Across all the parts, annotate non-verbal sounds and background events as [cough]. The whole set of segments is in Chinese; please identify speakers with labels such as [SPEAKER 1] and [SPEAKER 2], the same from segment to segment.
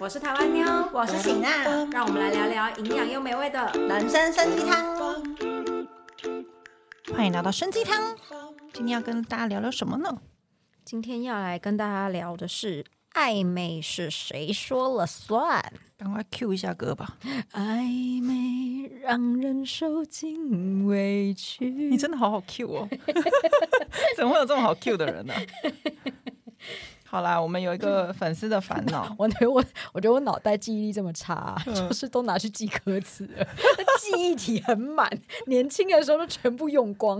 [SPEAKER 1] 我是台湾妞，
[SPEAKER 2] 我是醒娜，
[SPEAKER 1] 让我们来聊聊营养又美味的。
[SPEAKER 2] 人生参鸡汤，欢迎来到参鸡汤。今天要跟大家聊聊什么呢？
[SPEAKER 1] 今天要来跟大家聊的是暧昧是谁说了算？
[SPEAKER 2] 赶快 Q 一下歌吧！
[SPEAKER 1] 暧昧让人受尽委屈。，
[SPEAKER 2] 你真的好好 Q 哦，怎么会有这么好 Q 的人呢、好啦，我们有一个粉丝的烦恼
[SPEAKER 1] 我觉得我，我觉得我脑袋记忆力这么差啊、就是都拿去记歌词了，记忆体很满，年轻的时候都全部用光。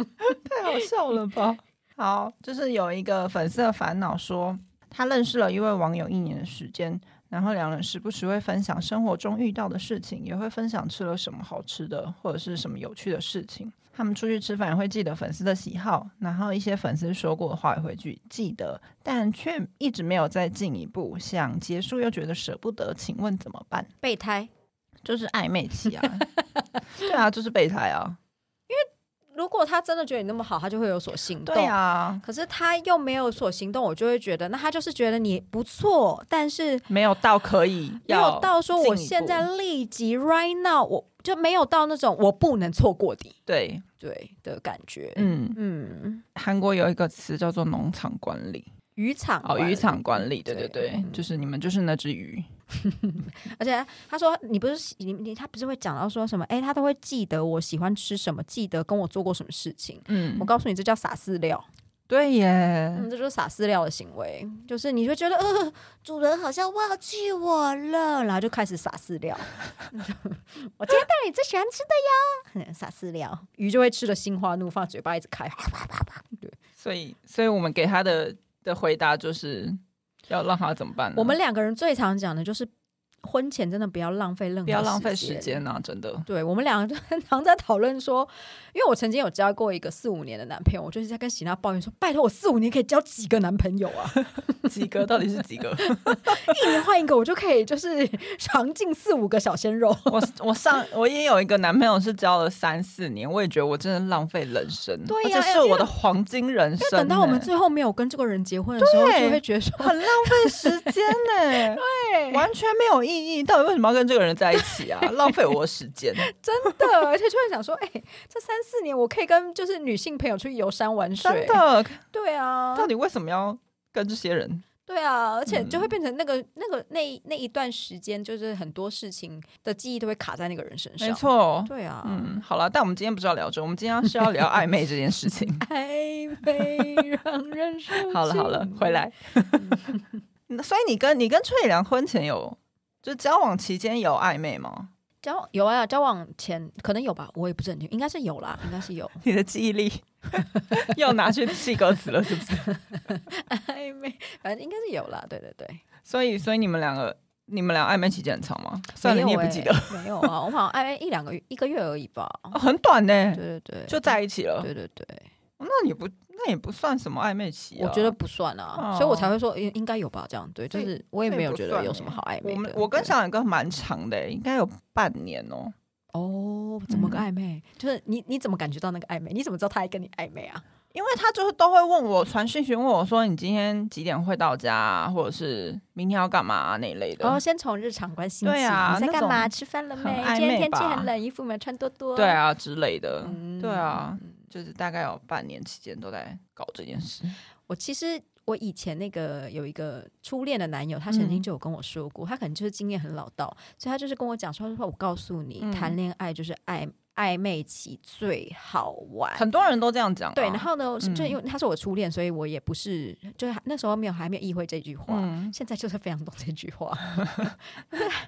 [SPEAKER 2] 太好笑了吧？好，就是有一个粉丝的烦恼说，他认识了一位网友一年的时间，然后两人时不时会分享生活中遇到的事情，也会分享吃了什么好吃的或者是什么有趣的事情。他们出去吃饭也会记得粉丝的喜好，然后一些粉丝说过的话也会去记得，但却一直没有再进一步，想结束又觉得舍不得，请问怎么办？
[SPEAKER 1] 备胎，
[SPEAKER 2] 就是暧昧期啊，对啊，就是备胎啊，
[SPEAKER 1] 如果他真的觉得你那么好，他就会有所行动。
[SPEAKER 2] 对啊，
[SPEAKER 1] 可是他又没有所行动，我就会觉得，那他就是觉得你不错，但是
[SPEAKER 2] 没有到可以
[SPEAKER 1] 没
[SPEAKER 2] 要
[SPEAKER 1] 有到说
[SPEAKER 2] 进
[SPEAKER 1] 我
[SPEAKER 2] 一步
[SPEAKER 1] 现在立即 right now，我就没有到那种我不能错过你
[SPEAKER 2] 对，
[SPEAKER 1] 对的感觉。嗯
[SPEAKER 2] 嗯，韩国有一个词叫做农场管理，
[SPEAKER 1] 渔场
[SPEAKER 2] 哦，
[SPEAKER 1] 管
[SPEAKER 2] 渔
[SPEAKER 1] 理
[SPEAKER 2] 场管理，对对
[SPEAKER 1] 对嗯
[SPEAKER 2] 对，就是你们就是那只鱼，
[SPEAKER 1] 而且他说，你不是你你他不是会讲到说什么？哎、他都会记得我喜欢吃什么，记得跟我做过什么事情。
[SPEAKER 2] 嗯
[SPEAKER 1] 我，告诉你，这叫撒饲料，
[SPEAKER 2] 对
[SPEAKER 1] 嗯，
[SPEAKER 2] 耶，
[SPEAKER 1] 这就是撒饲料的行为，就是你会觉得，呃，主人好像忘记我了，然后就开始撒饲料。 [laughs] 我今天带了你最喜欢吃的哟， [laughs] 撒饲料，鱼就会吃的心花怒放，嘴巴一直开。
[SPEAKER 2] 所以所以我们给他的的回答就是要让他怎么办呢？
[SPEAKER 1] 我们两个人最常讲的就是，婚前真的不要浪费任何
[SPEAKER 2] 不要浪费时
[SPEAKER 1] 间
[SPEAKER 2] 间啊，真的，
[SPEAKER 1] 对我们两个就 [laughs] 很常在讨论说，因为我曾经有交过一个四五年的男朋友，我就是在跟喜娜抱怨说，拜托我四五年可以交几个男朋友啊？ [laughs]
[SPEAKER 2] 几个到底是几个？
[SPEAKER 1] 一年换一个，我就可以就是 [laughs] 尝尽四五个小鲜肉。
[SPEAKER 2] 我我上我也有一个男朋友是交了三四年，我也觉得我真的浪费人生，
[SPEAKER 1] 对呀
[SPEAKER 2] 这是我的黄金人
[SPEAKER 1] 因为
[SPEAKER 2] 生呢，
[SPEAKER 1] 等到我们最后没有跟这个人结婚的时候，
[SPEAKER 2] 对
[SPEAKER 1] 就会觉得说，
[SPEAKER 2] 很浪费时间
[SPEAKER 1] [laughs]
[SPEAKER 2] 呢、对，完全没有意义。到底为什么要跟这个人在一起
[SPEAKER 1] [laughs]
[SPEAKER 2] 啊？浪费我的时间。
[SPEAKER 1] 真的，而且就会想说，哎、这三四年我可以跟就是女性朋友去游山玩水，
[SPEAKER 2] 真，的，
[SPEAKER 1] 对啊，
[SPEAKER 2] 到底为什么要跟这些人？
[SPEAKER 1] 对啊，而且就会变成那个、那个那一那一段时间，就是很多事情的记忆都会卡在那个人身上，
[SPEAKER 2] 没，错，
[SPEAKER 1] 对啊， [laughs]
[SPEAKER 2] 嗯，好了，但我们今天不是要聊这，我们今天是要聊暧昧这件
[SPEAKER 1] [laughs]
[SPEAKER 2] 事情。
[SPEAKER 1] 暧昧让人受
[SPEAKER 2] 好了好了，回来。
[SPEAKER 1] 嗯
[SPEAKER 2] [laughs] 那所以你跟你跟翠良婚前有就交往期间有暧昧吗？
[SPEAKER 1] 交往有啊，交往前可能有吧，我也不是很清楚，应该是有啦，应该是 [laughs] 有
[SPEAKER 2] 你的记忆力 [laughs] 要拿去记歌词了，
[SPEAKER 1] [laughs]
[SPEAKER 2] 是不是？
[SPEAKER 1] 暧昧，反正应该是有啦，对对对，
[SPEAKER 2] 所以所以你们两个你们俩暧昧期间很长吗？算了，你
[SPEAKER 1] 没
[SPEAKER 2] 也
[SPEAKER 1] 有
[SPEAKER 2] 不
[SPEAKER 1] 欸
[SPEAKER 2] 记得，
[SPEAKER 1] 没有啊，我好像暧昧一两个月一个月而已吧，
[SPEAKER 2] 哦很短呢、
[SPEAKER 1] 对对对，
[SPEAKER 2] 就在一起了。
[SPEAKER 1] 对对对，
[SPEAKER 2] 那也不那也不算什么暧昧期、啊。
[SPEAKER 1] 我觉得不算啊，
[SPEAKER 2] 哦
[SPEAKER 1] 所以我才会说应应该有吧，这样对，就
[SPEAKER 2] 所以
[SPEAKER 1] 是我也
[SPEAKER 2] 所以
[SPEAKER 1] 没有
[SPEAKER 2] 不
[SPEAKER 1] 觉得
[SPEAKER 2] 算
[SPEAKER 1] 有
[SPEAKER 2] 欸
[SPEAKER 1] 什么好暧昧
[SPEAKER 2] 我们
[SPEAKER 1] 的，
[SPEAKER 2] 我跟
[SPEAKER 1] 对
[SPEAKER 2] 小冉哥蛮长的、欸应该有半年哦、
[SPEAKER 1] 哦，怎么个
[SPEAKER 2] 嗯
[SPEAKER 1] 暧昧？就是你你怎么感觉到那个暧昧？你怎么知道他还跟你暧昧啊？
[SPEAKER 2] 因为他就是都会问我传讯询问我说你今天几点会到家、啊，或者是明天要干嘛、啊、那一类的。
[SPEAKER 1] 然哦后先从日常关心起，
[SPEAKER 2] 对啊
[SPEAKER 1] 你在
[SPEAKER 2] 那
[SPEAKER 1] 干嘛？
[SPEAKER 2] 种
[SPEAKER 1] 吃饭了
[SPEAKER 2] 很
[SPEAKER 1] 没？
[SPEAKER 2] 暧
[SPEAKER 1] 今天
[SPEAKER 2] 昧
[SPEAKER 1] 天气
[SPEAKER 2] 吧
[SPEAKER 1] 很冷，衣服没穿多多。
[SPEAKER 2] 对，啊，之类的，
[SPEAKER 1] 嗯
[SPEAKER 2] 对啊，就是大概有半年期间都在搞这件事。
[SPEAKER 1] 我其实我以前那个有一个初恋的男友，他曾经
[SPEAKER 2] 嗯
[SPEAKER 1] 就有跟我说过，他可能就是经验很老道，所以他就是跟我讲说，他说我告诉你，
[SPEAKER 2] 嗯
[SPEAKER 1] 谈恋爱就是暧暧昧期最好玩。
[SPEAKER 2] 很多人都这样讲啊、
[SPEAKER 1] 哎对，然后呢，是就
[SPEAKER 2] 嗯
[SPEAKER 1] 因为他是我初恋，所以我也不是，就是那时候没有还没有意会这句话，
[SPEAKER 2] 嗯，
[SPEAKER 1] 现在就是非常懂这句话。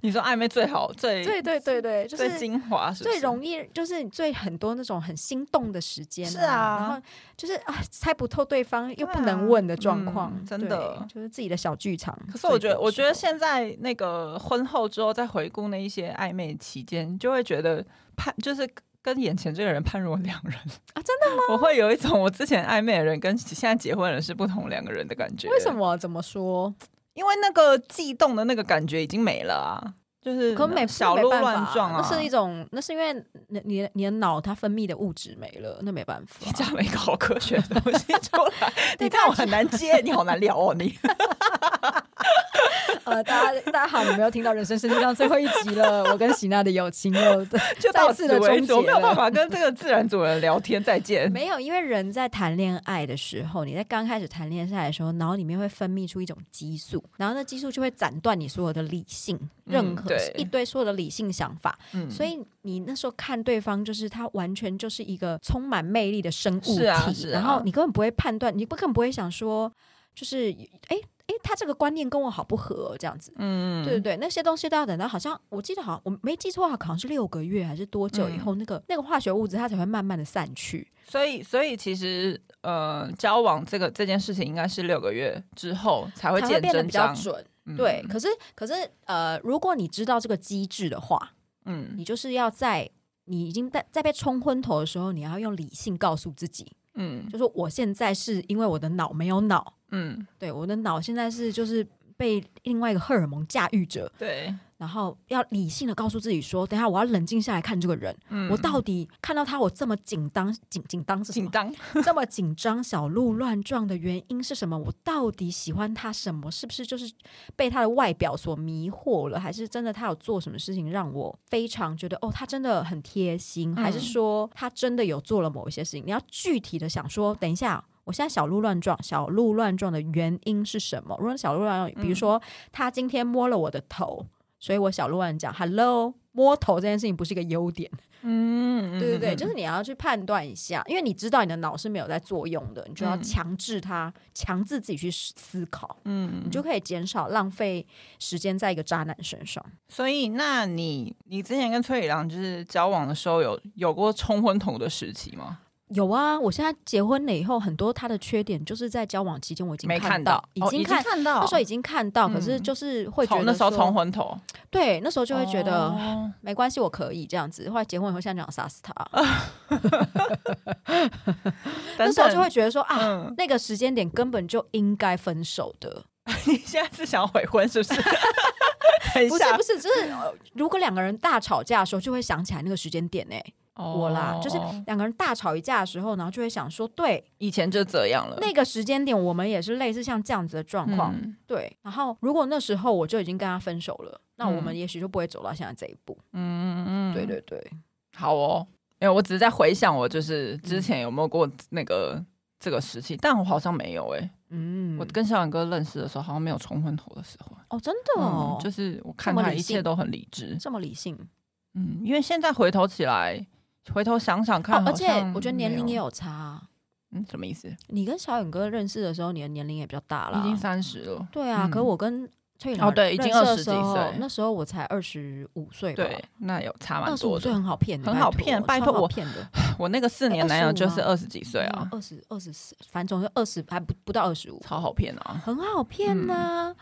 [SPEAKER 2] 你说暧昧最好最
[SPEAKER 1] 对对对对，就是
[SPEAKER 2] 最精华是不是
[SPEAKER 1] 最容易就是最很多那种很心动的时间、
[SPEAKER 2] 是
[SPEAKER 1] 啊，
[SPEAKER 2] 啊
[SPEAKER 1] 然后就是啊猜不透对方又
[SPEAKER 2] 对啊
[SPEAKER 1] 不能问的状况，
[SPEAKER 2] 嗯真的
[SPEAKER 1] 对就是自己的小剧场。
[SPEAKER 2] 可是我觉得，我觉得
[SPEAKER 1] 现
[SPEAKER 2] 现在那个婚后之后再回顾那一些暧昧期间，就会觉得判就是跟眼前这个人判若两人
[SPEAKER 1] 啊
[SPEAKER 2] 真的吗？我会有一种我之前暧昧的人跟现在结婚的人是不同两个人的感觉。
[SPEAKER 1] 为什？么怎么说？
[SPEAKER 2] 因为那个悸动的那个感觉已经没了啊，就是
[SPEAKER 1] 可没
[SPEAKER 2] 小
[SPEAKER 1] 没
[SPEAKER 2] 鹿
[SPEAKER 1] 办法
[SPEAKER 2] 乱撞啊。
[SPEAKER 1] 那是一种，那是因为你你的你的脑它分泌的物质没了，那没办法
[SPEAKER 2] [laughs] 你。讲了一
[SPEAKER 1] [laughs]
[SPEAKER 2] 个好科学的东西出来，
[SPEAKER 1] 对 [laughs]
[SPEAKER 2] 你看我很难接，你好难聊哦，你。
[SPEAKER 1] 了，呃大家大家好，你没有听到人生世界上最后一集了，我跟喜娜的友情又
[SPEAKER 2] [laughs] 就
[SPEAKER 1] 再
[SPEAKER 2] 到
[SPEAKER 1] 次
[SPEAKER 2] 此
[SPEAKER 1] 的
[SPEAKER 2] 为
[SPEAKER 1] 终
[SPEAKER 2] 止，
[SPEAKER 1] 结
[SPEAKER 2] 我没有办
[SPEAKER 1] 了。
[SPEAKER 2] 法跟这个自然主人聊天，再见。
[SPEAKER 1] 没有，因为人在谈恋爱的时候，你在刚开始谈恋爱的时候，脑里面会分泌出一种激素，然后那激素就会斩断你所有的理性，任何、
[SPEAKER 2] 嗯对
[SPEAKER 1] 一堆所有的理性想法。
[SPEAKER 2] 嗯，
[SPEAKER 1] 所以你那时候看对方，就是他完全就是一个充满魅力的生物体，
[SPEAKER 2] 是啊是啊
[SPEAKER 1] 然后你根本不会判断，你不根本不会想说，就是哎哎，他这个观念跟我好不合哦这样子。
[SPEAKER 2] 嗯，
[SPEAKER 1] 对对对，那些东西都要等到好像我记得好像我没记错的话，好像是六个月还是多久
[SPEAKER 2] 嗯
[SPEAKER 1] 以后，那个那个化学物质它才会慢慢的散去。
[SPEAKER 2] 所以，所以其实，呃，交往这个这件事情，应该是六个月之后才会
[SPEAKER 1] 才会
[SPEAKER 2] 见
[SPEAKER 1] 变得
[SPEAKER 2] 真
[SPEAKER 1] 比较
[SPEAKER 2] 章。
[SPEAKER 1] 准，
[SPEAKER 2] 嗯
[SPEAKER 1] 对。，可是，可是，呃，如果你知道这个机制的话，
[SPEAKER 2] 嗯
[SPEAKER 1] 你就是要在你已经在在被冲昏头的时候，你要用理性告诉自己，
[SPEAKER 2] 嗯
[SPEAKER 1] 就说我现在是因为我的脑没有脑，
[SPEAKER 2] 嗯，
[SPEAKER 1] 对，我的脑现在是就是被另外一个荷尔蒙驾驭着，
[SPEAKER 2] 对，
[SPEAKER 1] 然后要理性的告诉自己说，等一下我要冷静下来看这个人，
[SPEAKER 2] 嗯
[SPEAKER 1] 我到底看到他我这么紧张紧紧张是什
[SPEAKER 2] 紧
[SPEAKER 1] 么？
[SPEAKER 2] 张，
[SPEAKER 1] 这么紧张小鹿乱撞的原因是什么？我到底喜欢他什么？是不是就是被他的外表所迷惑了？还是真的他有做什么事情让我非常觉得哦，他真的很贴心？还是说他真的有做了某一些事情？你要具体的想说，等一下。我现在小鹿乱撞，小鹿乱撞的原因是什么？如果小鹿乱撞，比如说他今天摸了我的头，所以我小鹿乱讲 “hello”，摸头这件事情不是一个优点。
[SPEAKER 2] 嗯，
[SPEAKER 1] 对对 [laughs] 对，就是是你要去判断一下，因为你知道你的脑是没有在作用的，你就要
[SPEAKER 2] 嗯
[SPEAKER 1] 强制它，强制自己去思考，
[SPEAKER 2] 嗯，
[SPEAKER 1] 你就可以减少浪费时间在一个渣男身上。
[SPEAKER 2] 所以，那你你之前跟崔宇良就是交往的时候有，有过冲昏头的时期吗？
[SPEAKER 1] 有啊，我现在结婚了以后，很多他的缺点就是在交往期间我已经
[SPEAKER 2] 没
[SPEAKER 1] 看
[SPEAKER 2] 到，
[SPEAKER 1] 已
[SPEAKER 2] 哦
[SPEAKER 1] 经看。
[SPEAKER 2] 看到
[SPEAKER 1] 那时候已经看到，可是
[SPEAKER 2] 嗯
[SPEAKER 1] 就是会觉
[SPEAKER 2] 从
[SPEAKER 1] 得
[SPEAKER 2] 那时候
[SPEAKER 1] 说
[SPEAKER 2] 冲昏头，
[SPEAKER 1] 对，那时候就会觉得、
[SPEAKER 2] 哦
[SPEAKER 1] 没关系，我可以这样子。后来结婚以后，现在想杀死他， [laughs] 那时候就会，觉得说啊，
[SPEAKER 2] 等等
[SPEAKER 1] 那个时间点根本就应该分手的。
[SPEAKER 2] 嗯，你现在是想悔婚
[SPEAKER 1] [laughs]
[SPEAKER 2] 是不是？等一
[SPEAKER 1] 不是
[SPEAKER 2] 下
[SPEAKER 1] 不是，就是呃如果两个人大吵架的时候，就会想起来那个时间点呢、我啦，就是
[SPEAKER 2] 哦
[SPEAKER 1] 两个人大吵一架的时候，然后就会想说，对，
[SPEAKER 2] 以前就这样了，
[SPEAKER 1] 那个时间点我们也是类似像这样子的状况，
[SPEAKER 2] 呃嗯
[SPEAKER 1] 对。然后如果那时候我就已经跟他分手了，那我们
[SPEAKER 2] 嗯
[SPEAKER 1] 也许就不会走到现在这一步。
[SPEAKER 2] 嗯嗯，
[SPEAKER 1] 对对对，
[SPEAKER 2] 好哦，因为我只是在回想我就是之前有没有过那个、这个时期，但我好像没有哎、
[SPEAKER 1] 嗯，
[SPEAKER 2] 我跟小远哥认识的时候好像没有冲昏头的时候，
[SPEAKER 1] 哦，真的哦，
[SPEAKER 2] 嗯，就是我看
[SPEAKER 1] 这么
[SPEAKER 2] 他
[SPEAKER 1] 理
[SPEAKER 2] 一
[SPEAKER 1] 性
[SPEAKER 2] 切都很理智，
[SPEAKER 1] 这么理性。
[SPEAKER 2] 嗯，因为现在回头起来，回头想想看、
[SPEAKER 1] 哦，而且
[SPEAKER 2] 好像
[SPEAKER 1] 我觉得年龄
[SPEAKER 2] 没
[SPEAKER 1] 也
[SPEAKER 2] 有，
[SPEAKER 1] 有差啊。
[SPEAKER 2] 嗯，什么意思？已
[SPEAKER 1] 你跟小远哥认识的时候，你的年龄也比较大了，
[SPEAKER 2] 经三十了，
[SPEAKER 1] 对啊，
[SPEAKER 2] 嗯
[SPEAKER 1] 可我跟翠
[SPEAKER 2] 哦对已经
[SPEAKER 1] 认识的
[SPEAKER 2] 20几
[SPEAKER 1] 时候
[SPEAKER 2] 岁
[SPEAKER 1] 那时候我才二十五岁吧，
[SPEAKER 2] 对，那有差蛮
[SPEAKER 1] 二十五
[SPEAKER 2] 多
[SPEAKER 1] 岁
[SPEAKER 2] 的。
[SPEAKER 1] 很好骗的，
[SPEAKER 2] 很好骗拜
[SPEAKER 1] 超
[SPEAKER 2] 托
[SPEAKER 1] 好
[SPEAKER 2] 我
[SPEAKER 1] 骗的。
[SPEAKER 2] 我那个四年
[SPEAKER 1] 哎
[SPEAKER 2] 男友就
[SPEAKER 1] 25
[SPEAKER 2] 是
[SPEAKER 1] 吗嗯
[SPEAKER 2] 二十几岁啊，
[SPEAKER 1] 二十二十四，反正总是二十，还不不到二十五，
[SPEAKER 2] 超好骗啊！
[SPEAKER 1] 很好骗呐、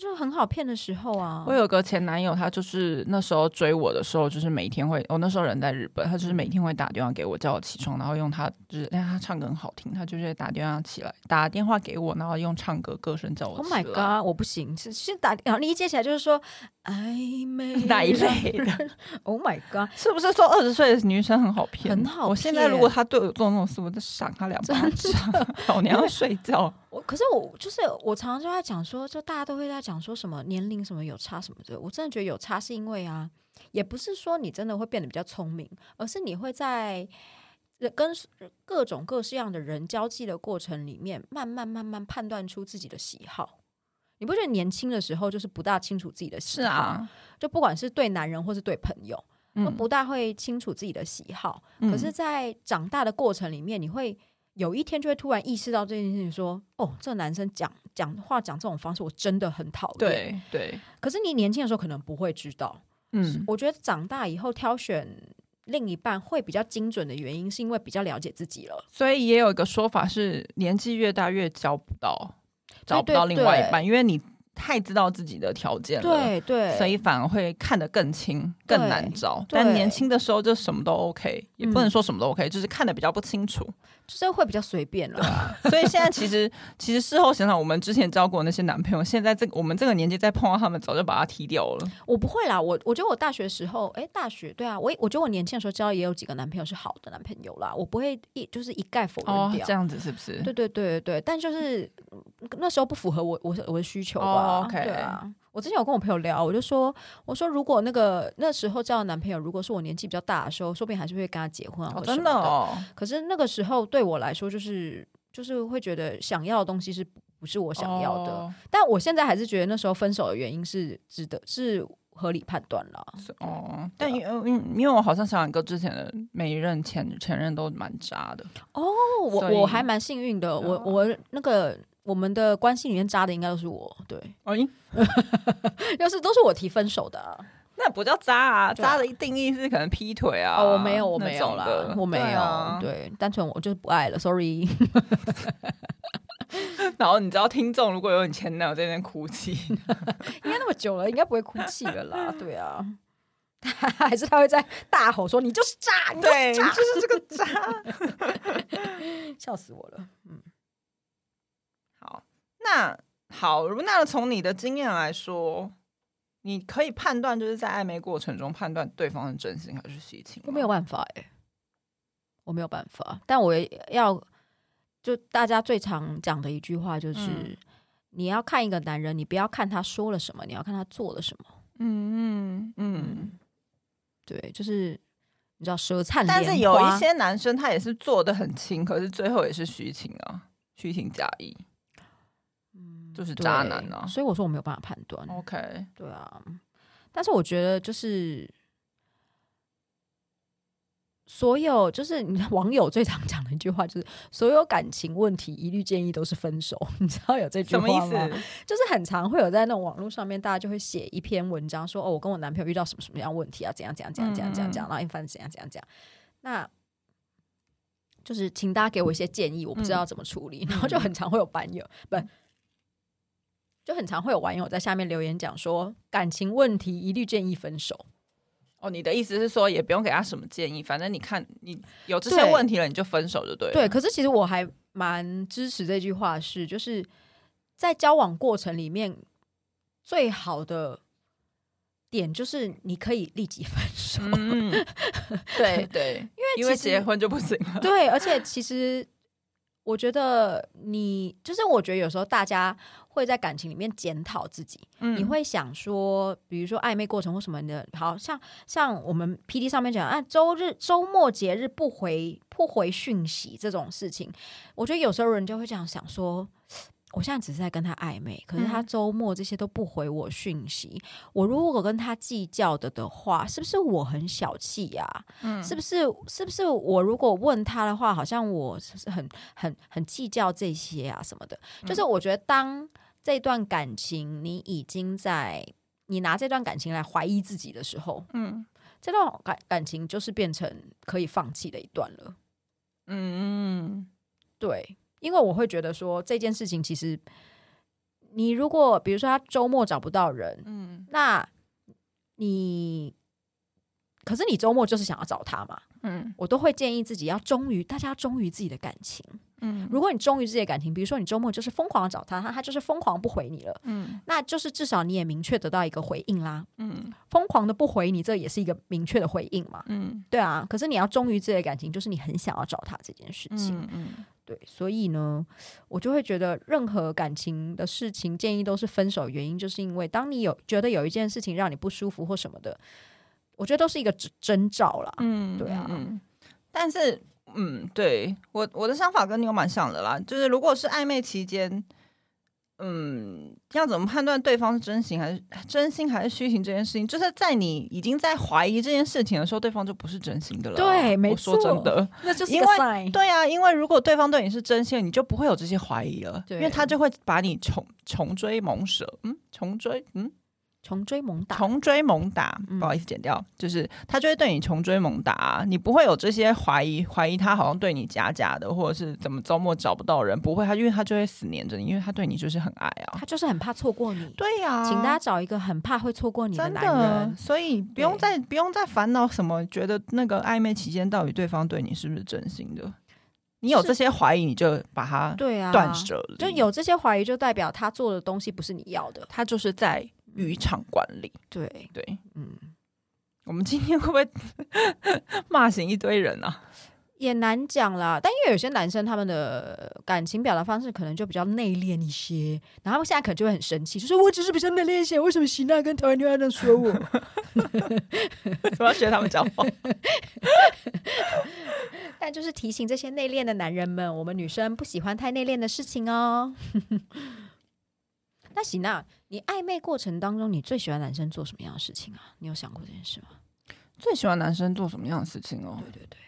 [SPEAKER 1] 就很好骗的时候啊
[SPEAKER 2] 我。有个前男友，他就是那时候追我的时候，就是每天会，我哦那时候人在日本，他就是
[SPEAKER 1] 嗯
[SPEAKER 2] 每天会打电话给我，叫我起床，然后用他就是，但他唱歌很好听，他就是会打电话起来，打电话给我，然后用唱歌歌声叫我
[SPEAKER 1] Oh
[SPEAKER 2] 起来。
[SPEAKER 1] my god！我不行，是是打，然后你一接起来就是说暧昧
[SPEAKER 2] [laughs] 哪一类的
[SPEAKER 1] 让人 [laughs] ？Oh my god！
[SPEAKER 2] 是不是说二十岁的女生很好骗？
[SPEAKER 1] 很好
[SPEAKER 2] 我现在
[SPEAKER 1] 骗
[SPEAKER 2] 如果他对我做那种事，我就赏他两巴掌， [laughs] 老娘要睡觉。
[SPEAKER 1] 我可是我就是我常常就在讲说，就大家都会在讲说什么年龄什么有差什么的，我真的觉得有差是因为啊，也不是说你真的会变得比较聪明，而是你会在人跟各种各式样的人交际的过程里面，慢慢慢慢判断出自己的喜好。你不觉得年轻的时候就是不大清楚自己的喜
[SPEAKER 2] 是
[SPEAKER 1] 好？，
[SPEAKER 2] 啊，
[SPEAKER 1] 就不管是对男人或是对朋友，都
[SPEAKER 2] 嗯，
[SPEAKER 1] 不大会清楚自己的喜好。
[SPEAKER 2] 嗯
[SPEAKER 1] 可是，在长大的过程里面，你会有一天就会突然意识到这件事情，说：“哦，这男生讲讲话讲这种方式，我真的很讨厌。”。
[SPEAKER 2] 对对，
[SPEAKER 1] 可是你年轻的时候可能不会知道。
[SPEAKER 2] 嗯，
[SPEAKER 1] 我觉得长大以后挑选另一半会比较精准的原因，是因为比较了解自己了。
[SPEAKER 2] 所以也有一个说法是，年纪越大越交不到，找不
[SPEAKER 1] 对
[SPEAKER 2] 到另外一
[SPEAKER 1] 对
[SPEAKER 2] 半，因为你太知道自己的条件了。
[SPEAKER 1] 对对，
[SPEAKER 2] 所以反而会看得更清，
[SPEAKER 1] 对
[SPEAKER 2] 更难找。
[SPEAKER 1] 对嗯
[SPEAKER 2] 但年轻的时候就什么都 OK，也不能说什么都 OK，、就是看得比较不清楚。
[SPEAKER 1] 就是会比较随便了。
[SPEAKER 2] 所以现在其实 [laughs] 其实事后想想，我们之前交过的那些男朋友，现在这个我们这个年纪再碰到他们，早就把他踢掉了。
[SPEAKER 1] 我不会啦，我我觉得我大学时候，哎，大学对啊，我我觉得我年轻的时候交也有几个男朋友是好的男朋友啦，我不会一就是一概否认掉。
[SPEAKER 2] 这样子是不是？
[SPEAKER 1] 对对对对，但就是嗯那时候不符合我我我的需求吧。
[SPEAKER 2] 哦，OK
[SPEAKER 1] 对啊，我之前有跟我朋友聊，我就说，我说如果那个那时候交的男朋友，如果是我年纪比较大的时候，说不定还是会跟他结婚啊，
[SPEAKER 2] 哦，
[SPEAKER 1] 或者什
[SPEAKER 2] 真
[SPEAKER 1] 么
[SPEAKER 2] 的哦，
[SPEAKER 1] 可是那个时候对我来说，就是就是会觉得想要的东西是不不是我想要的？
[SPEAKER 2] 哦
[SPEAKER 1] 但我现在还是觉得那时候分手的原因是值得，是合理判断了。
[SPEAKER 2] 是
[SPEAKER 1] 啊
[SPEAKER 2] 哦，但因为因为我好像小两哥之前的每一任前前任都蛮渣的，
[SPEAKER 1] 哦，
[SPEAKER 2] 所
[SPEAKER 1] 我
[SPEAKER 2] 以
[SPEAKER 1] 我还蛮幸运的，我
[SPEAKER 2] 嗯
[SPEAKER 1] 我那个。我们的关系里面渣的应该都是我，对， [laughs]
[SPEAKER 2] 哎，
[SPEAKER 1] 要是都是我提分手的啊、
[SPEAKER 2] 那不叫渣啊，
[SPEAKER 1] 对啊
[SPEAKER 2] 渣的定义是可能劈腿啊，
[SPEAKER 1] 哦，我没有，我没有
[SPEAKER 2] 那种
[SPEAKER 1] 啦
[SPEAKER 2] 的，
[SPEAKER 1] 我没有，
[SPEAKER 2] 对啊
[SPEAKER 1] 对，单纯我就是不爱了，sorry。
[SPEAKER 2] [laughs] 然后你知道，听众如果有你前男友在那边哭
[SPEAKER 1] [laughs]
[SPEAKER 2] 泣，
[SPEAKER 1] [laughs] 应该那么久了，应该不会哭泣了啦，对啊， [laughs] 还是他会在大吼说：“你就是渣，你 [laughs] 就是
[SPEAKER 2] 对，就是这个渣。
[SPEAKER 1] 笑死我了。
[SPEAKER 2] 好， [laughs] 那好，如那从你的经验来说，你可以判断，就是在暧昧过程中判断对方是真心还是虚情吗。
[SPEAKER 1] 我没有办法哎、我没有办法。但我也要就大家最常讲的一句话就是，
[SPEAKER 2] 嗯
[SPEAKER 1] 你要看一个男人，你不要看他说了什么，你要看他做了什么。
[SPEAKER 2] 嗯，嗯嗯
[SPEAKER 1] 嗯，对，就是你知道舌灿莲花，
[SPEAKER 2] 但是有一些男生他也是做的很轻，可是最后也是虚情啊，虚情假意，就是
[SPEAKER 1] 嗯对
[SPEAKER 2] 渣男啊。
[SPEAKER 1] 所以我说我没有办法判断。
[SPEAKER 2] OK，
[SPEAKER 1] 对啊，但是我觉得就是所有就是你网友最常讲的一句话就是所有感情问题一律建议都是分手， [laughs] 你知道有这句
[SPEAKER 2] 什
[SPEAKER 1] 话
[SPEAKER 2] 么意
[SPEAKER 1] 吗？
[SPEAKER 2] 思？
[SPEAKER 1] 就是很常会有在那种网络上面，大家就会写一篇文章说哦，我跟我男朋友遇到什么什么样的问题啊，怎样怎样怎样怎样怎样怎样，然后反正怎样怎样怎样。那就是请大家给我一些建议，我不知道怎么处理，然后就很常会有版友不。就很常会有网友在下面留言讲说，感情问题一律建议分手。
[SPEAKER 2] 哦，你的意思是说也不用给他什么建议，反正你看你有这些
[SPEAKER 1] 对
[SPEAKER 2] 问题了，你就分手就对了。啊
[SPEAKER 1] 对，可是其实我还蛮支持这句话是，就是在交往过程里面，最好的点就是你可以立即 [laughs] 分手。
[SPEAKER 2] 嗯，对对，因为因
[SPEAKER 1] 其
[SPEAKER 2] 为
[SPEAKER 1] 实
[SPEAKER 2] 结婚就不行了。
[SPEAKER 1] 对，而且其实我觉得你就是，我觉得有时候大家会在感情里面检讨自己，你
[SPEAKER 2] 嗯
[SPEAKER 1] 会想说，比如说暧昧过程或什么的，好像像我们 P D 上面讲啊，周日、周末、节日不回不回讯息这种事情，我觉得有时候人就会这样想说。我现在只是在跟他暧昧，可是他
[SPEAKER 2] 嗯
[SPEAKER 1] 周末这些都不回我讯息。我如果跟他计较的的话，是不是我很小气呀、
[SPEAKER 2] 嗯
[SPEAKER 1] 是不是？是不是我如果问他的话，好像我是很很很计较这些啊什么的。
[SPEAKER 2] 嗯
[SPEAKER 1] 就是我觉得，当这段感情你已经在你拿这段感情来怀疑自己的时候，
[SPEAKER 2] 嗯
[SPEAKER 1] 这段感感情就是变成可以放弃的一段了。
[SPEAKER 2] 嗯
[SPEAKER 1] 对，因为我会觉得说这件事情其实，你如果比如说他周末找不到人，
[SPEAKER 2] 嗯
[SPEAKER 1] 那你可是你周末就是想要找他嘛？
[SPEAKER 2] 嗯
[SPEAKER 1] 我都会建议自己要忠于大家要忠于自己的感情。
[SPEAKER 2] 嗯
[SPEAKER 1] 如果你忠于自己的感情，比如说你周末就是疯狂的找他，他他就是疯狂不回你了，
[SPEAKER 2] 嗯
[SPEAKER 1] 那就是至少你也明确得到一个回应啦。
[SPEAKER 2] 嗯
[SPEAKER 1] 疯狂的不回你，这也是一个明确的回应嘛？
[SPEAKER 2] 嗯
[SPEAKER 1] 对啊。可是你要忠于自己的感情，就是你很想要找他这件事情。
[SPEAKER 2] 嗯，
[SPEAKER 1] 对，所以呢，我就会觉得任何感情的事情建议都是分手，原因就是因为当你有觉得有一件事情让你不舒服或什么的，我觉得都是一个征征兆啦。
[SPEAKER 2] 嗯
[SPEAKER 1] 对啊
[SPEAKER 2] 嗯，但是嗯，对我我的想法跟你有蛮像的啦，就是如果是暧昧期间。嗯，要怎么判断对方是真心还是真心还是虚情这件事情，就是在你已经在怀疑这件事情的时候，对方就不是真心的了啊。
[SPEAKER 1] 对没
[SPEAKER 2] 我说真
[SPEAKER 1] 错
[SPEAKER 2] 的，
[SPEAKER 1] 那就是
[SPEAKER 2] 一
[SPEAKER 1] 一
[SPEAKER 2] 个
[SPEAKER 1] 个 sign。
[SPEAKER 2] 对啊，因为如果对方对你是真心的，你就不会有这些怀疑了，因
[SPEAKER 1] 对
[SPEAKER 2] 为他就会把你穷穷追猛舍，嗯，穷追，嗯，
[SPEAKER 1] 穷追猛打，
[SPEAKER 2] 穷追猛打，
[SPEAKER 1] 嗯
[SPEAKER 2] 不好意思，剪掉，就是他就会对你穷追猛打啊、你不会有这些怀疑，怀疑他好像对你假假的，或者是怎么周末找不到人，不会，他因为他就会死黏着你，因为他对你就是很爱啊，
[SPEAKER 1] 他就是很怕错过你。
[SPEAKER 2] 对呀、
[SPEAKER 1] 请大家找一个很怕会错过你
[SPEAKER 2] 真
[SPEAKER 1] 男人。
[SPEAKER 2] 所以不用再不用再烦恼什么，觉得那个暧昧期间到底对方对你是不是真心的，你有
[SPEAKER 1] 是
[SPEAKER 2] 这些怀疑，你就把它。
[SPEAKER 1] 对啊，
[SPEAKER 2] 断舍离，
[SPEAKER 1] 就有这些怀疑，就代表他做的东西不是你要的。
[SPEAKER 2] 他就是在渔场管理。
[SPEAKER 1] 对，
[SPEAKER 2] 对
[SPEAKER 1] 嗯，
[SPEAKER 2] [laughs] 我们今天会不会骂醒一堆人啊？
[SPEAKER 1] 也难讲啦。但因为有些男生他们的感情表达方式可能就比较内敛一些，然后他们现在可能就会很生气，就说我只是比较内敛一些，为什么希娜跟台湾妞要这样说我？
[SPEAKER 2] [laughs] 我要学他们讲话。
[SPEAKER 1] 但就是提醒这些内敛的男人们，我们女生不喜欢太内敛的事情哦。 [laughs] 那喜娜，你暧昧过程当中，你最喜欢男生做什么样的事情啊？你有想过这件事吗？
[SPEAKER 2] 最喜欢男生做什么样的事情哦？
[SPEAKER 1] 对对，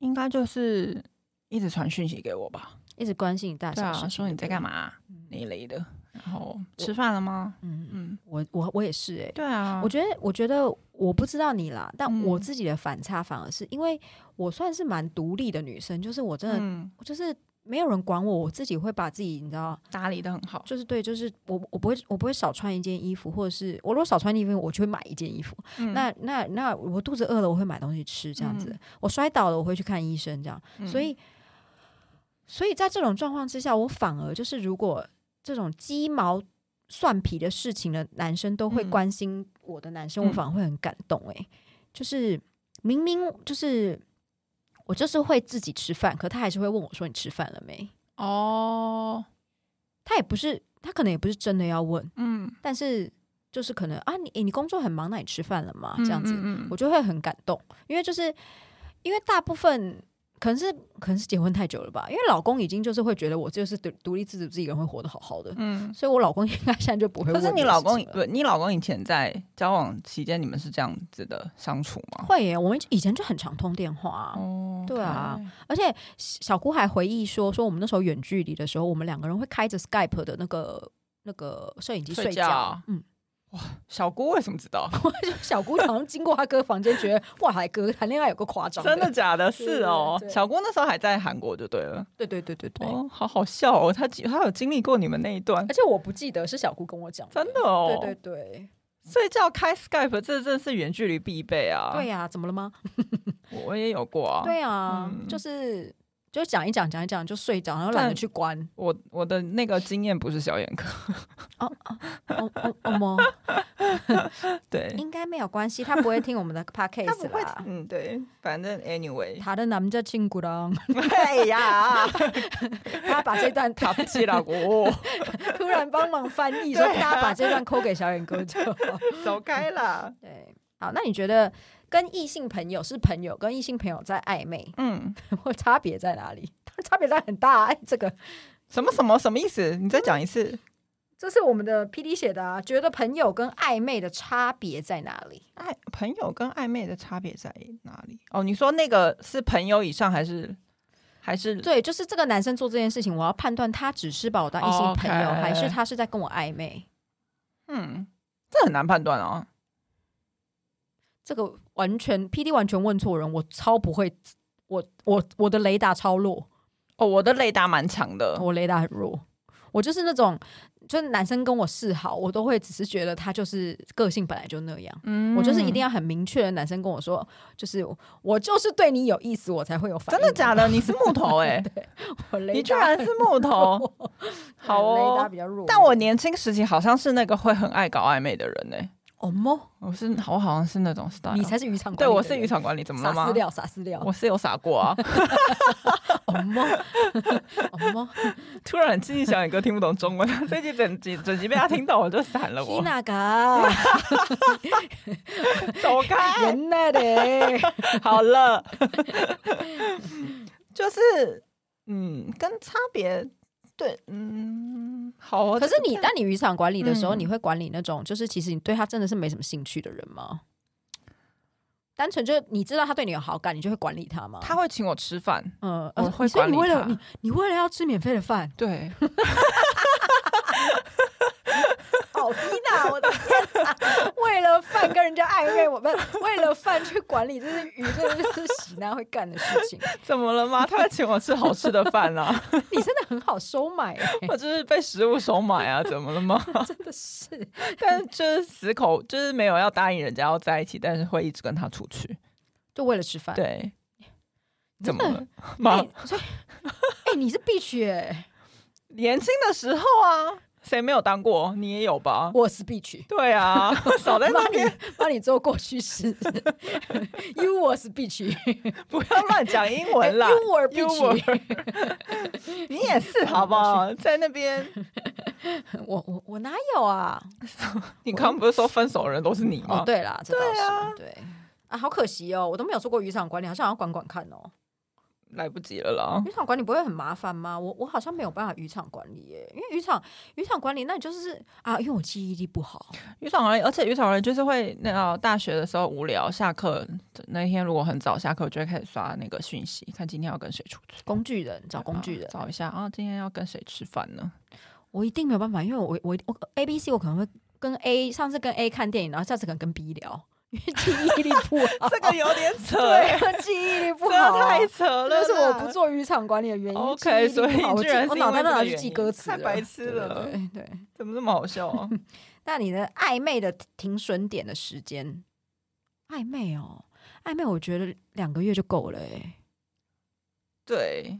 [SPEAKER 2] 应该就是一直传讯息给我吧。
[SPEAKER 1] 一直关心你大
[SPEAKER 2] 对
[SPEAKER 1] 小事
[SPEAKER 2] 啊，
[SPEAKER 1] 情
[SPEAKER 2] 说你在干？嘛、那一类的。嗯然后吃饭了吗？
[SPEAKER 1] 对不对嗯，嗯
[SPEAKER 2] 嗯，
[SPEAKER 1] 我我我也是哎、
[SPEAKER 2] 对啊，
[SPEAKER 1] 我觉得，我觉得我不知道你啦，但
[SPEAKER 2] 嗯
[SPEAKER 1] 我自己的反差反而是因为我算是蛮独立的女生，就是我真的、
[SPEAKER 2] 嗯
[SPEAKER 1] 我就是没有人管我，我自己会把自己你知道，
[SPEAKER 2] 打理的很好。
[SPEAKER 1] 就是对，就是我我不会我不会少穿一件衣服，或者是我如果少穿一件衣服，我就会买一件衣服。
[SPEAKER 2] 嗯
[SPEAKER 1] 那那那我肚子饿了，我会买东西吃，这样子。
[SPEAKER 2] 嗯
[SPEAKER 1] 我摔倒了，我会去看医生，这样。
[SPEAKER 2] 嗯
[SPEAKER 1] 所以，所以在这种状况之下，我反而就是如果这种鸡毛蒜皮的事情的男生都会
[SPEAKER 2] 嗯
[SPEAKER 1] 关心我的男生，
[SPEAKER 2] 嗯
[SPEAKER 1] 我反而会很感动、欸。就是明明就是我就是会自己吃饭，可他还是会问我说你吃饭了没？
[SPEAKER 2] 哦，
[SPEAKER 1] 他也不是，他可能也不是真的要问，
[SPEAKER 2] 嗯，
[SPEAKER 1] 但是就是可能啊，你诶你工作很忙，那你吃饭了吗？这样子。
[SPEAKER 2] 嗯嗯
[SPEAKER 1] 我就会很感动，因为就是因为大部分可能是可能是结婚太久了吧，因为老公已经就是会觉得我就是独独立自主自己一个人会活得好好的，
[SPEAKER 2] 嗯。
[SPEAKER 1] 所以我老公应该现在就不会
[SPEAKER 2] 可
[SPEAKER 1] 问这
[SPEAKER 2] 是
[SPEAKER 1] 个事
[SPEAKER 2] 你
[SPEAKER 1] 情
[SPEAKER 2] 老
[SPEAKER 1] 了。
[SPEAKER 2] 公，不，你老公以前在交往期间，你们是这样子的相处吗？
[SPEAKER 1] 会耶，我们以前就很常通电话啊、
[SPEAKER 2] 哦
[SPEAKER 1] 对啊，而且小姑还回忆说，说我们那时候远距离的时候，我们两个人会开着 Skype 的那个那个摄影机
[SPEAKER 2] 睡
[SPEAKER 1] 睡
[SPEAKER 2] 觉
[SPEAKER 1] 嗯， [laughs]
[SPEAKER 2] 小姑为什么知道？
[SPEAKER 1] 就小姑好像经过他哥房间，觉得哇，还哥谈恋爱有个夸张，
[SPEAKER 2] 真的，假的？是哦
[SPEAKER 1] 对，对
[SPEAKER 2] 小姑那时候还在韩国就对了。
[SPEAKER 1] 对对对对对。
[SPEAKER 2] 哦，好好笑哦，她经她有经历过你们那一段
[SPEAKER 1] 而，且我不记得是小姑跟我讲，
[SPEAKER 2] 真的哦。
[SPEAKER 1] 对对对，
[SPEAKER 2] 睡觉开 Skype 这真是远距离必备啊。
[SPEAKER 1] 对呀、怎么了吗？
[SPEAKER 2] 我，我也有过啊。
[SPEAKER 1] 对啊，
[SPEAKER 2] 嗯
[SPEAKER 1] 就是就讲一讲，讲一讲就睡着，然后懒得
[SPEAKER 2] 但
[SPEAKER 1] 去关。
[SPEAKER 2] 我我的那个经验不是小眼科，
[SPEAKER 1] 哦哦 [laughs] 哦么，
[SPEAKER 2] 对，
[SPEAKER 1] 应该没有关系，他不会听我们的 [laughs] podcast 啦。
[SPEAKER 2] 嗯，对，反 [laughs] 正 anyway，
[SPEAKER 1] 他的男叫亲骨郎，
[SPEAKER 2] [laughs] 哎呀，
[SPEAKER 1] [laughs] 他把这段
[SPEAKER 2] 卡不起老 [laughs] 姑，
[SPEAKER 1] 突然帮忙翻译，说
[SPEAKER 2] 对啊
[SPEAKER 1] 大家把这段抠给小远哥就
[SPEAKER 2] [laughs]
[SPEAKER 1] 好。
[SPEAKER 2] 走开啦。
[SPEAKER 1] 对，好，那你觉得跟异性朋友是朋友，跟异性朋友在暧昧，
[SPEAKER 2] 嗯，
[SPEAKER 1] 或差别在哪里？ [laughs] 当然差别在很大、啊，哎这个
[SPEAKER 2] 什么什么什么意思？你再讲一次。
[SPEAKER 1] 这是我们的 P D 写的啊，觉得朋友跟暧昧的差别在哪里？
[SPEAKER 2] 爱哎朋友跟暧昧的差别在哪里？哦，你说那个是朋友以上还是还是
[SPEAKER 1] 对，就是这个男生做这件事情，我要判断他只是把我当异性朋友
[SPEAKER 2] 哦 OK
[SPEAKER 1] 还是他是在跟我暧昧。
[SPEAKER 2] 嗯，这很难判断啊。
[SPEAKER 1] 这个完全 P D 完全问错人，我超不会，我我我的雷达超弱，
[SPEAKER 2] 哦，我的雷达蛮强的，
[SPEAKER 1] 我雷达很弱，我就是那种就是男生跟我示好，我都会只是觉得他就是个性本来就那样。
[SPEAKER 2] 嗯
[SPEAKER 1] 我就是一定要很明确的，男生跟我说，就是我就是对你有意思，我才会有反
[SPEAKER 2] 真
[SPEAKER 1] 应。
[SPEAKER 2] 的假的？你是木头哎、
[SPEAKER 1] [laughs] 我雷达？
[SPEAKER 2] 你居然是木头，
[SPEAKER 1] [laughs]
[SPEAKER 2] 好
[SPEAKER 1] 雷达
[SPEAKER 2] 哦。
[SPEAKER 1] 比较弱。
[SPEAKER 2] 但我年轻时期好像是那个会很爱搞暧昧的人呢、欸
[SPEAKER 1] 哦么，
[SPEAKER 2] 我是我好像是那种 style，
[SPEAKER 1] 你才是渔场
[SPEAKER 2] 对
[SPEAKER 1] 管理
[SPEAKER 2] 我
[SPEAKER 1] 的
[SPEAKER 2] 是渔
[SPEAKER 1] 人
[SPEAKER 2] 场管理，怎么了
[SPEAKER 1] 撒
[SPEAKER 2] 吗
[SPEAKER 1] 饲？料撒饲料，
[SPEAKER 2] 我是有傻
[SPEAKER 1] [laughs]
[SPEAKER 2] 过啊，
[SPEAKER 1] 哦
[SPEAKER 2] [laughs]
[SPEAKER 1] 么哦么。
[SPEAKER 2] 突然最近小野哥听不懂
[SPEAKER 1] [laughs]
[SPEAKER 2] 中文，最近整集整集被他听懂我就闪了我，
[SPEAKER 1] ひな
[SPEAKER 2] [laughs]
[SPEAKER 1] が
[SPEAKER 2] 走开，
[SPEAKER 1] 原来的
[SPEAKER 2] 好了，
[SPEAKER 1] [laughs]
[SPEAKER 2] [laughs] 就是嗯，跟差别对，嗯，好、哦，
[SPEAKER 1] 可是
[SPEAKER 2] 这个
[SPEAKER 1] 你，当你渔场管理的时候，
[SPEAKER 2] 嗯
[SPEAKER 1] 你会管理那种就是其实你对他真的是没什么兴趣的人吗？单纯就你知道他对你有好感，你就会管理他吗？
[SPEAKER 2] 他会请我吃饭，
[SPEAKER 1] 呃，
[SPEAKER 2] 我
[SPEAKER 1] 呃
[SPEAKER 2] 会
[SPEAKER 1] 所以你
[SPEAKER 2] 管
[SPEAKER 1] 为
[SPEAKER 2] 理
[SPEAKER 1] 了
[SPEAKER 2] 他，
[SPEAKER 1] 你，你为了要吃免费的饭
[SPEAKER 2] 对，
[SPEAKER 1] 好逼呐！我的天哪， [laughs] 为了饭跟人家暧昧，我们为了饭去管理这是鱼，这就是喜男会干的事情。
[SPEAKER 2] 怎么
[SPEAKER 1] [laughs]
[SPEAKER 2] 了吗？他会请我吃好吃的饭啊，
[SPEAKER 1] 你真的很好收买、欸，
[SPEAKER 2] 我就是被食物收买
[SPEAKER 1] [laughs]
[SPEAKER 2] 啊，怎么了吗？ [laughs]
[SPEAKER 1] 真的是。
[SPEAKER 2] 但是就是死口就是没有要答应人家要在一起，但是会一直跟他出去。
[SPEAKER 1] 就为了吃饭，
[SPEAKER 2] 对，啊
[SPEAKER 1] 你
[SPEAKER 2] 怎
[SPEAKER 1] 哎真
[SPEAKER 2] 么
[SPEAKER 1] 的
[SPEAKER 2] 了吗？
[SPEAKER 1] 哎所以，哎、你是必须哎、
[SPEAKER 2] 年轻的时候啊，谁没有当过？你也有吧？
[SPEAKER 1] 我是 bitch，[laughs]
[SPEAKER 2] 对啊，少在那
[SPEAKER 1] 帮你
[SPEAKER 2] 边，
[SPEAKER 1] 帮你做过去式，you was bitch，。
[SPEAKER 2] 不要乱讲英文啦
[SPEAKER 1] you
[SPEAKER 2] [laughs]
[SPEAKER 1] were
[SPEAKER 2] You
[SPEAKER 1] bitch，
[SPEAKER 2] were [laughs] 你也是好不好？在那边，
[SPEAKER 1] 我我我哪有啊？
[SPEAKER 2] 你刚刚不是说分手的人都是你
[SPEAKER 1] 哦，
[SPEAKER 2] 吗？
[SPEAKER 1] 对啦，这倒
[SPEAKER 2] 对啊
[SPEAKER 1] 是对啊，好可惜哦，我都没有做过渔场管理，好像要管管看哦。
[SPEAKER 2] 来不及了啦。
[SPEAKER 1] 渔场管理不会很麻烦吗？我我好像没有办法渔场管理耶，因为渔场渔场管理那你就是啊，因为我记忆力不好，
[SPEAKER 2] 渔场人，而且渔场人就是会那个大学的时候无聊，下课那一天如果很早下课，我就会开始刷那个讯息，看今天要跟谁出去，
[SPEAKER 1] 工具人找工具人，
[SPEAKER 2] 找一下啊，今天要跟谁吃饭呢？
[SPEAKER 1] 我一定没有办法，因为我我我 A B C 我可能会跟 A 上次跟 A 看电影，然后下次可能跟 B 聊，因为记忆力不
[SPEAKER 2] [laughs]
[SPEAKER 1] 好，
[SPEAKER 2] 这个有点扯，
[SPEAKER 1] 对，啊记忆力不
[SPEAKER 2] 这
[SPEAKER 1] 好，啊
[SPEAKER 2] 太扯了，
[SPEAKER 1] 那是我不。做渔场管理的原因。
[SPEAKER 2] OK，
[SPEAKER 1] 记忆
[SPEAKER 2] 所
[SPEAKER 1] 力
[SPEAKER 2] 以
[SPEAKER 1] 不好我记
[SPEAKER 2] 你居然
[SPEAKER 1] 我
[SPEAKER 2] 是
[SPEAKER 1] 脑
[SPEAKER 2] 因
[SPEAKER 1] 袋
[SPEAKER 2] 为
[SPEAKER 1] 都
[SPEAKER 2] 这
[SPEAKER 1] 拿
[SPEAKER 2] 个
[SPEAKER 1] 去
[SPEAKER 2] 原
[SPEAKER 1] 记
[SPEAKER 2] 因
[SPEAKER 1] 歌词
[SPEAKER 2] 太
[SPEAKER 1] 了，
[SPEAKER 2] 白痴了
[SPEAKER 1] 对对对。
[SPEAKER 2] 怎么这么好笑啊？
[SPEAKER 1] 那你的暧昧的停损点的时间，暧昧哦，暧昧，我觉得两个月就够了、欸。
[SPEAKER 2] [laughs] 对，